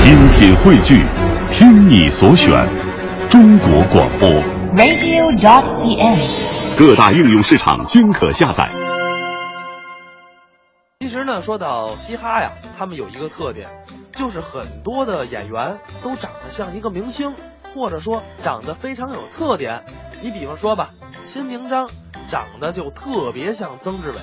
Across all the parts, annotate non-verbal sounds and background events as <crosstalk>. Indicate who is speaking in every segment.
Speaker 1: 精品汇聚，听你所选，中国广播。
Speaker 2: radio.cn。
Speaker 1: 各大应用市场均可下载。
Speaker 3: 其实呢，说到嘻哈呀，他们有一个特点，就是很多的演员都长得像一个明星，或者说长得非常有特点。你比方说吧，辛明章长得就特别像曾志伟，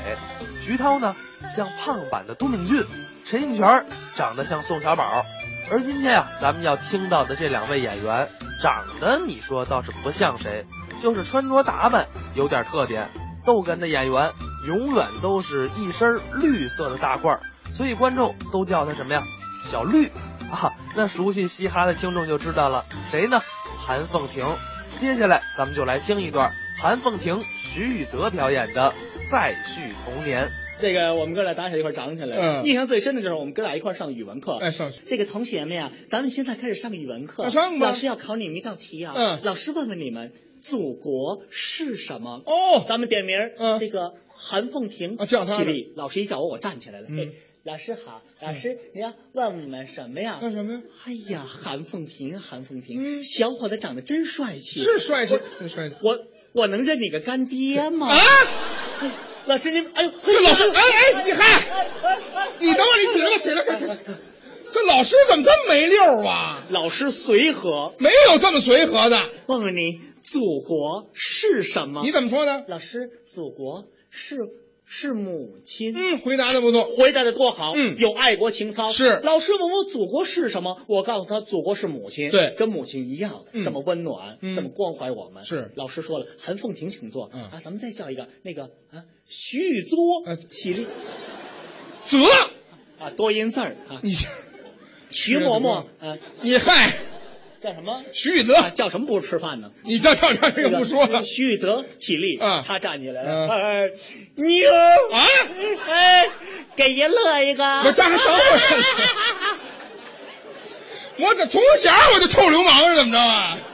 Speaker 3: 徐涛呢像胖版的都敏俊，陈印泉长得像宋小宝。而今天啊，咱们要听到的这两位演员，长得你说倒是不像谁，就是穿着打扮有点特点。逗哏的演员永远都是一身绿色的大褂儿，所以观众都叫他什么呀？小绿啊。那熟悉嘻哈的听众就知道了，谁呢？韩凤婷。接下来咱们就来听一段韩凤婷、徐玉泽表演的《再续童年》。
Speaker 4: 这个我们哥俩打小一块长起来，
Speaker 5: 嗯
Speaker 4: 印象最深的就是我们哥俩一块上语文课。
Speaker 5: 哎，上学
Speaker 4: 这个同学们呀，咱们现在开始上语文课，
Speaker 5: 啊上吧
Speaker 4: 老师要考你们一道题啊，
Speaker 5: 嗯
Speaker 4: 老师问问你们，祖国是什么？
Speaker 5: 哦，
Speaker 4: 咱们点名，
Speaker 5: 嗯
Speaker 4: 这个韩凤婷
Speaker 5: 啊叫她
Speaker 4: 起立，老师一叫我，我站起来了。
Speaker 5: 嗯
Speaker 4: 哎，老师好，老师您要问你们什么呀？
Speaker 5: 干什么呀？
Speaker 4: 哎呀，韩凤婷，韩凤婷，
Speaker 5: 嗯
Speaker 4: 小伙子长得真帅气，
Speaker 5: 是帅气，是帅气
Speaker 4: 我我能认你个干爹吗？
Speaker 5: 啊！
Speaker 4: 哎老师您，哎呦，
Speaker 5: 这老师，哎哎，你看，
Speaker 4: 看
Speaker 5: 你等会儿，你起来吧，起来，快快快！这老师怎么这么没溜啊？
Speaker 4: 老师随和，
Speaker 5: 没有这么随和的，
Speaker 4: 问问你，祖国是什么？
Speaker 5: 你怎么说的？
Speaker 4: 老师，祖国是是母亲。
Speaker 5: 嗯，回答的不错。
Speaker 4: 回答的多好，
Speaker 5: 嗯
Speaker 4: 有爱国情操。
Speaker 5: 是
Speaker 4: 老师问我祖国是什么，我告诉他祖国是母亲，
Speaker 5: 对
Speaker 4: 跟母亲一样，
Speaker 5: 嗯
Speaker 4: 这么温暖，
Speaker 5: 嗯
Speaker 4: 这么关怀我们。
Speaker 5: 是
Speaker 4: 老师说了，韩凤婷请坐、
Speaker 5: 嗯
Speaker 4: 啊，咱们再叫一个那个啊，徐玉作、
Speaker 5: 呃
Speaker 4: 起立
Speaker 5: 泽，
Speaker 4: 啊，多音字儿啊，
Speaker 5: 你
Speaker 4: 徐嬷嬷啊，
Speaker 5: 你嗨，
Speaker 4: 叫什么？
Speaker 5: 徐宇
Speaker 4: 啊，
Speaker 5: 泽，
Speaker 4: 叫什么不吃饭呢？
Speaker 5: 你这这这这个不说
Speaker 4: 那
Speaker 5: 了
Speaker 4: 个徐玉泽起立，
Speaker 5: 啊
Speaker 4: 他站起来
Speaker 5: 嗯
Speaker 4: 了，哎，妞
Speaker 5: 啊
Speaker 4: 啊，哎，给爷乐一个，
Speaker 5: 我这还等会儿我这从小我就臭流氓是怎么着啊？
Speaker 4: <laughs>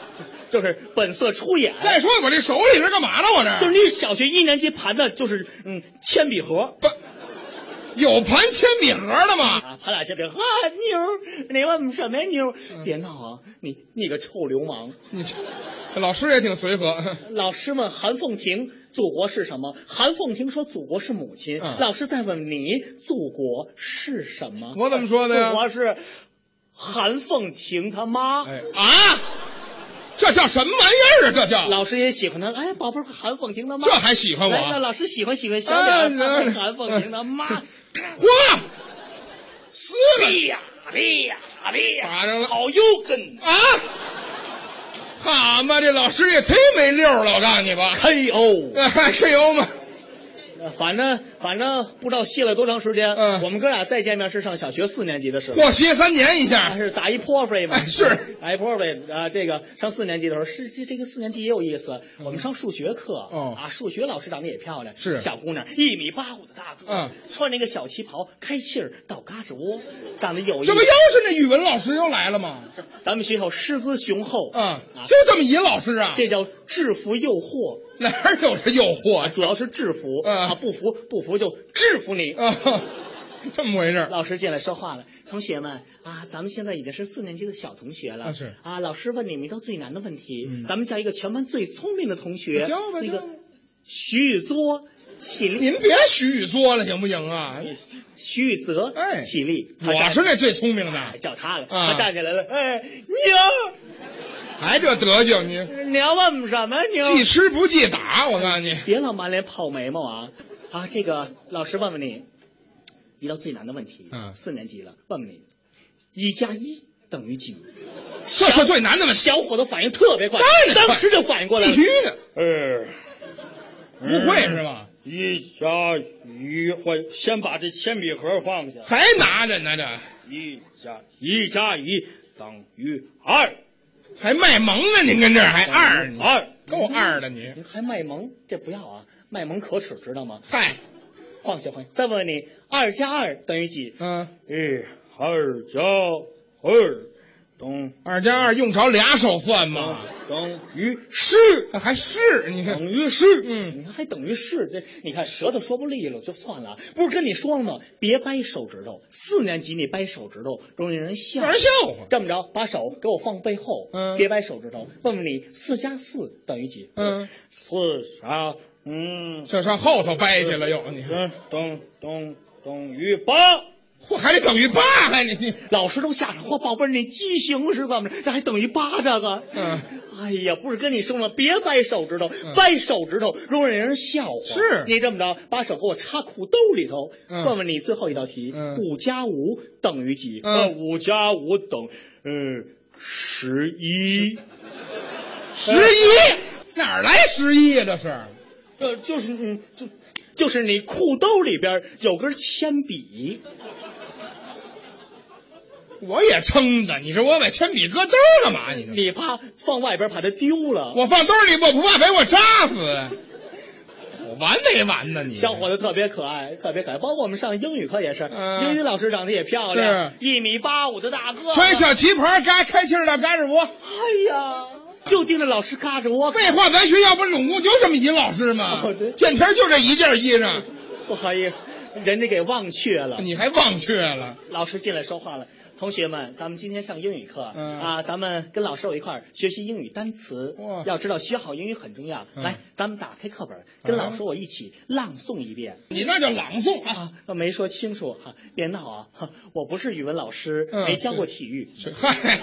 Speaker 4: 就是本色出演，
Speaker 5: 再说我这手里是干嘛呢？我这
Speaker 4: 就是那小学一年级盘的，就是嗯铅笔盒
Speaker 5: 不有盘铅笔盒的吗？
Speaker 4: 啊，盘俩铅笔盒，啊妞，你问什么呀妞？
Speaker 5: 嗯
Speaker 4: 别闹啊，你你个臭流氓！
Speaker 5: 你这老师也挺随和。
Speaker 4: 老师问韩凤婷祖国是什么？韩凤婷说祖国是母亲。
Speaker 5: 嗯
Speaker 4: 老师再问你祖国是什么？
Speaker 5: 我怎么说的呀
Speaker 4: 祖国是韩凤婷他妈。
Speaker 5: 哎啊，这叫什么玩意儿啊？这叫
Speaker 4: 老师也喜欢他，哎，宝贝儿，韩凤婷他妈。
Speaker 5: 这还喜欢我啊
Speaker 4: 哎那老师喜欢喜欢小点儿
Speaker 5: 哎那
Speaker 4: 哎韩凤婷他
Speaker 5: <laughs>
Speaker 4: 妈。
Speaker 5: 嚯，撕
Speaker 6: 哎
Speaker 5: 了
Speaker 6: 呀，哎呀，哎呀，
Speaker 5: 打上了
Speaker 6: 好有根！
Speaker 5: 啊！好嘛，这老师也忒没溜儿了，我告诉
Speaker 6: <laughs>
Speaker 5: 你吧，
Speaker 4: KO，
Speaker 5: 哎还 KO 嘛，
Speaker 4: 呃反正反正不知道歇了多长时间。
Speaker 5: 嗯
Speaker 4: 我们哥俩再见面是上小学四年级的时候。
Speaker 5: 过歇三年一
Speaker 4: 还
Speaker 5: 下，
Speaker 4: 啊是打一泼水嘛？
Speaker 5: 哎是
Speaker 4: 打一泼水啊！这个上四年级的时候，是这这个四年级也有意思。我们上数学课，
Speaker 5: 嗯哦
Speaker 4: 啊，数学老师长得也漂亮，
Speaker 5: 是
Speaker 4: 小姑娘，一米八五的大个，
Speaker 5: 嗯，
Speaker 4: 穿着一个小旗袍，开气儿到嘎吱窝，长得有意
Speaker 5: 这
Speaker 4: 思
Speaker 5: 不。又是那语文老师又来了吗？
Speaker 4: 咱们学校师资雄厚，
Speaker 5: 啊，
Speaker 4: 啊，
Speaker 5: 就这么一老师啊，
Speaker 4: 这叫制服诱惑，啊
Speaker 5: 哪儿有这诱惑
Speaker 4: 主要是制服
Speaker 5: 啊嗯
Speaker 4: 啊，不服不服就制服你。
Speaker 5: 啊？ <laughs> 这么回事儿
Speaker 4: 老师进来说话了，同学们啊，咱们现在已经是四年级的小同学了。
Speaker 5: 啊是
Speaker 4: 啊，老师问你们一道最难的问题，
Speaker 5: 嗯
Speaker 4: 咱们叫一个全班最聪明的同学，
Speaker 5: 叫吧
Speaker 4: 那
Speaker 5: 叫
Speaker 4: 个
Speaker 5: 吧，
Speaker 4: 徐宇作起立，
Speaker 5: 您别许宇作了行不行啊？
Speaker 4: 徐宇泽
Speaker 5: 哎
Speaker 4: 起立，哎他
Speaker 5: 我
Speaker 4: 站
Speaker 5: 是那最聪明
Speaker 4: 哎
Speaker 5: 的，
Speaker 4: 叫他了，
Speaker 5: 啊
Speaker 4: 他站起来了，哎，妞
Speaker 5: 还这德行，你
Speaker 4: 儿，你要问我们什么妞儿？
Speaker 5: 记吃不记打，我告诉你，
Speaker 4: 别老满脸跑眉毛啊！啊，这个老师问问你，一道最难的问题，
Speaker 5: 嗯
Speaker 4: 四年级了，问问你，一加一等于几？
Speaker 5: 这是最难的问题，
Speaker 4: 小伙子反应特别快
Speaker 5: 当，然快
Speaker 4: 哎当时就反应过来
Speaker 5: 必
Speaker 4: 了
Speaker 5: 须。的，
Speaker 4: 呃，
Speaker 5: 不会是吧？
Speaker 4: 一加一，我先把这铅笔盒放下。
Speaker 5: 还拿着呢，这
Speaker 4: 一加一加一等于二，
Speaker 5: 还卖萌呢，您跟这儿还
Speaker 4: 嗯
Speaker 5: 二呢，
Speaker 4: 二
Speaker 5: 够二的你，
Speaker 4: 您还卖萌？这不要啊，卖萌可耻，知道吗？
Speaker 5: 嗨，
Speaker 4: 放下，放下。再问问你，二加二等于几？
Speaker 5: 嗯，
Speaker 4: 一二加二等嗯
Speaker 5: 二加二用着俩手算吗？
Speaker 4: 等于
Speaker 5: 是还是你看
Speaker 4: 等于是，
Speaker 5: 嗯
Speaker 4: 你看还等于是，这你看舌头说不利落就算了，不是跟你说了吗？别掰手指头，四年级你掰手指头容易让人笑。
Speaker 5: 让人笑话。
Speaker 4: 这么着，把手给我放背后，
Speaker 5: 嗯
Speaker 4: 别掰手指头。问问你，四加四等于几？
Speaker 5: 嗯，
Speaker 4: 四啥？嗯
Speaker 5: 这上后头掰去了又，你看，
Speaker 4: 嗯，等等等于八。
Speaker 5: 嚯，还得等于八，还你你，
Speaker 4: 老师都吓傻，嚯，宝贝儿，你畸形是怎么着？这还等于八这个？
Speaker 5: 嗯，
Speaker 4: 哎呀，不是跟你说了吗，别掰手指头，
Speaker 5: 嗯
Speaker 4: 掰手指头容易让人笑话。
Speaker 5: 是
Speaker 4: 你这么着，把手给我插裤兜里头。
Speaker 5: 嗯
Speaker 4: 问问你最后一道题
Speaker 5: 嗯，
Speaker 4: 五加五等于几？
Speaker 5: 嗯
Speaker 4: 呃，五加五等，呃，十一。
Speaker 5: 十
Speaker 4: 嗯
Speaker 5: 一哪儿来十一呀？这是，
Speaker 4: 呃，就是嗯，就就是你裤兜里边有根铅笔。
Speaker 5: 嗯我也撑的。你说我把铅笔搁兜儿干嘛？你这
Speaker 4: 哎你怕放外边怕它丢了。
Speaker 5: 我放兜儿里，我不怕被我扎死？我完没完呢？你
Speaker 4: 小伙子特别可爱，特别可爱。包括我们上英语课也是，
Speaker 5: 嗯
Speaker 4: 英语老师长得也漂亮
Speaker 5: 是，
Speaker 4: 一米八五的大个，
Speaker 5: 穿。小旗袍，该开气儿了，该是我。
Speaker 4: 哎呀，就盯着老师嘎着我。
Speaker 5: 废话，咱学校不是总共就这么一老师吗
Speaker 4: 哦对？
Speaker 5: 见天儿就这一件衣裳，
Speaker 4: 不好意思，人家给忘却了。
Speaker 5: 你还忘却了？
Speaker 4: 老师进来说话了，同学们，咱们今天上英语课、
Speaker 5: 嗯
Speaker 4: 啊，咱们跟老师我一块儿学习英语单词
Speaker 5: 哇。
Speaker 4: 要知道学好英语很重要。
Speaker 5: 嗯
Speaker 4: 来，咱们打开课本，跟
Speaker 5: 嗯
Speaker 4: 老师我一起朗诵一
Speaker 5: <laughs>
Speaker 4: 遍。
Speaker 5: 你那叫朗诵啊！
Speaker 4: 啊，没说清楚啊，别闹啊！哈我不是语文老师，
Speaker 5: 嗯
Speaker 4: 没教过体育，
Speaker 5: 是嗨，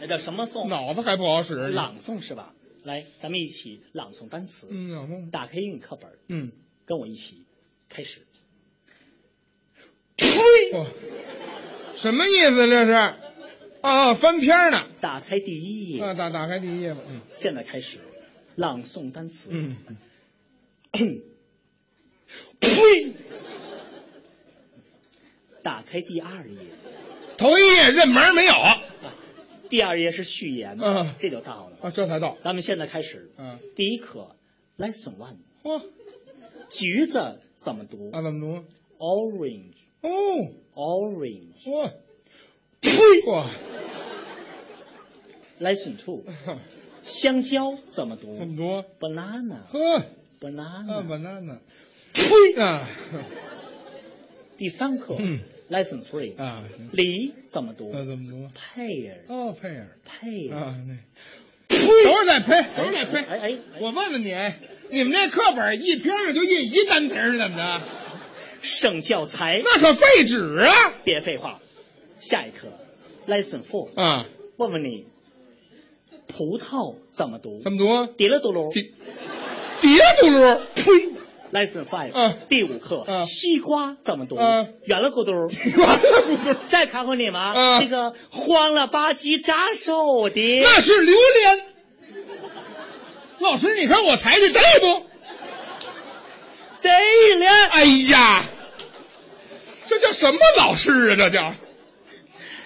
Speaker 4: 那叫什么诵？
Speaker 5: 脑子还不好使。你
Speaker 4: 朗诵是吧？来，咱们一起朗诵单词。
Speaker 5: 嗯，朗诵。
Speaker 4: 打开英语课本，
Speaker 5: 嗯，
Speaker 4: 跟我一起开始。
Speaker 5: 哇，哦什么意思这是？啊，翻篇儿呢。
Speaker 4: 打开第一页，
Speaker 5: 啊，打打开第一页吧。嗯
Speaker 4: 现在开始朗诵单词。
Speaker 5: 嗯，
Speaker 4: 呸！打开第二页，
Speaker 5: 头一页认门儿没有啊，
Speaker 4: 第二页是序言，
Speaker 5: 嗯
Speaker 4: 这就到了。
Speaker 5: 这才到。
Speaker 4: 咱们现在开始，
Speaker 5: 嗯，
Speaker 4: 第一课，lesson one，
Speaker 5: 嚯，
Speaker 4: 橘子怎么读
Speaker 5: 啊，怎么读？
Speaker 4: ？orange，orange。
Speaker 5: 哦，嚯，
Speaker 4: 呸
Speaker 5: 嚯，
Speaker 4: ！lesson two，香蕉怎么
Speaker 5: <laughs> 怎么
Speaker 4: 读
Speaker 5: 读？
Speaker 4: ？banana，banana。
Speaker 5: 呵，啊，
Speaker 4: banana
Speaker 5: 完蛋了。呸啊！
Speaker 4: 第三课、
Speaker 5: 嗯
Speaker 4: l e s s o n three，、
Speaker 5: 啊，
Speaker 4: 梨怎么读、
Speaker 5: 那怎么读？
Speaker 4: pear
Speaker 5: 哦，佩尔
Speaker 4: pear，、
Speaker 5: 啊，那等会儿再呸，等会儿再
Speaker 4: 哎
Speaker 5: 呸。
Speaker 4: 哎哎，
Speaker 5: 我问问你，你们这课本一篇上就印一单词儿是怎么着？
Speaker 4: 省教材，
Speaker 5: 那可废纸啊！
Speaker 4: 别废话。下一课，lesson four，、
Speaker 5: 啊，
Speaker 4: 问问你，葡萄怎么读？
Speaker 5: 怎么读？
Speaker 4: 滴了嘟噜。
Speaker 5: 滴叠嘟噜，呸！
Speaker 4: lesson five，、
Speaker 5: 嗯
Speaker 4: 第五课、
Speaker 5: 嗯
Speaker 4: 西瓜怎么读？
Speaker 5: 嗯
Speaker 4: 圆了咕嘟儿。
Speaker 5: 圆了咕嘟儿
Speaker 4: 再考考你们啊，
Speaker 5: 嗯
Speaker 4: 这个慌了吧唧扎手的，
Speaker 5: 那是榴莲。老师，你看我裁的对不？
Speaker 4: 对了。
Speaker 5: 哎呀，这叫什么老师啊？这叫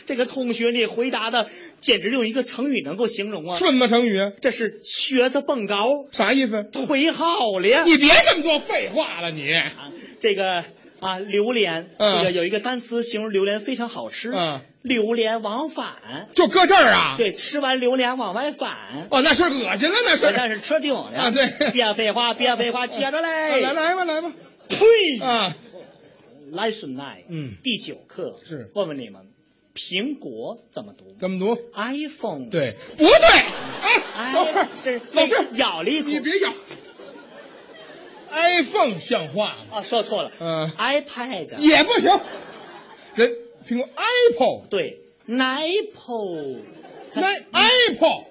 Speaker 4: 这个同学你回答的简直用一个成语能够形容啊！
Speaker 5: 顺么成语？
Speaker 4: 这是学子蹦高，
Speaker 5: 啥意思？
Speaker 4: 腿好了。
Speaker 5: 你别这么多废话了，你
Speaker 4: 啊，这个啊，榴莲，
Speaker 5: 嗯
Speaker 4: 这个有一个单词形容榴莲非常好吃，
Speaker 5: 嗯
Speaker 4: 榴莲往返，
Speaker 5: 就搁这儿啊？，
Speaker 4: 对，吃完榴莲往外返。
Speaker 5: 哦，那是恶心了，那是。
Speaker 4: 但是吃顶了
Speaker 5: 啊对
Speaker 4: 别废话，别废话，接着
Speaker 5: 啊
Speaker 4: 来。
Speaker 5: <laughs> 来来吧，来吧。
Speaker 4: 呸！
Speaker 5: 啊，
Speaker 4: ，lesson nine，
Speaker 5: 嗯
Speaker 4: 第九课
Speaker 5: 是
Speaker 4: 问问你们，苹果怎么读
Speaker 5: 怎么读？
Speaker 4: ？iPhone。
Speaker 5: 对，不对？哎，等会
Speaker 4: 哎
Speaker 5: 儿，，
Speaker 4: 这是
Speaker 5: <laughs> 老师，
Speaker 4: 咬了一口，
Speaker 5: 你别咬。iPhone 像话吗？
Speaker 4: 啊，说错了，
Speaker 5: 嗯
Speaker 4: i p a d
Speaker 5: 也不行。人苹果 Apple，
Speaker 4: 对，Apple，
Speaker 5: 那 Apple，Apple，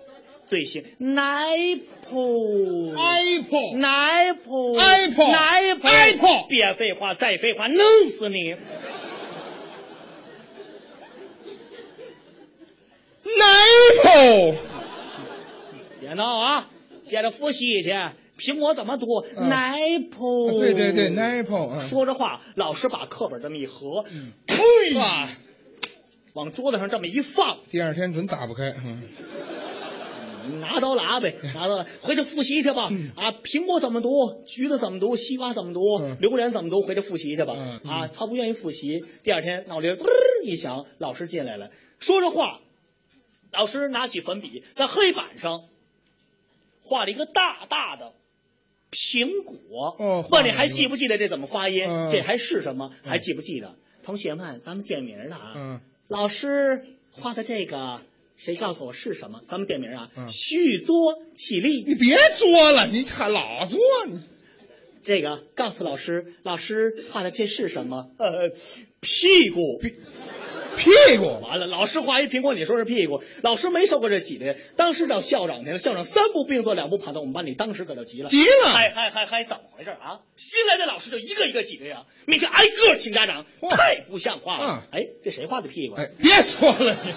Speaker 4: 最新，Apple，Apple，Apple，Apple，
Speaker 5: Apple Apple
Speaker 4: 别废话，再废话弄死你！
Speaker 5: Apple，
Speaker 4: 别闹啊，接着复习去。苹果怎么读
Speaker 5: 嗯
Speaker 4: ？Apple。
Speaker 5: 对对对，Apple 啊。
Speaker 4: 说着话，老师把课本这么一合，
Speaker 5: 嗯对吧？
Speaker 4: 往桌子上这么一放，
Speaker 5: 第二天准打不开。嗯，
Speaker 4: 拿刀拿呗，拿刀拿回去复习去吧。啊，苹果怎么读？橘子怎么读？西瓜怎么读？
Speaker 5: 嗯
Speaker 4: 榴莲怎么读？回去复习去吧。
Speaker 5: 嗯嗯
Speaker 4: 啊，他不愿意复习，第二天闹铃嘟儿一响，老师进来了，说着话，老师拿起粉笔在黑板上画了一个大大的苹果。
Speaker 5: 哦画
Speaker 4: 问你
Speaker 5: 了一个
Speaker 4: 还记不记得这怎么发音？
Speaker 5: 嗯
Speaker 4: 这还是什么？还记不记得？同学们，咱们点名了啊！
Speaker 5: 嗯，
Speaker 4: 老师画的这个，谁告诉我是什么？咱们点名啊！
Speaker 5: 嗯
Speaker 4: 续作起立。
Speaker 5: 你别作了，你还老作你。
Speaker 4: 这个告诉老师，老师画的这是什么？呃，屁股。
Speaker 5: 屁股
Speaker 4: 完了，老师画一苹果，你说是屁股，老师没受过这几天，当时找校长去了，校长三步并作两步跑到我们班里，当时可就急了，
Speaker 5: 急了
Speaker 4: 嗨嗨嗨嗨，怎么回事啊？新来的老师就一个一个挤兑啊，每个挨个请家长，
Speaker 5: 哇
Speaker 4: 太不像话了
Speaker 5: 嗯。
Speaker 4: 哎，这谁画的屁股？
Speaker 5: 哎，别说了你，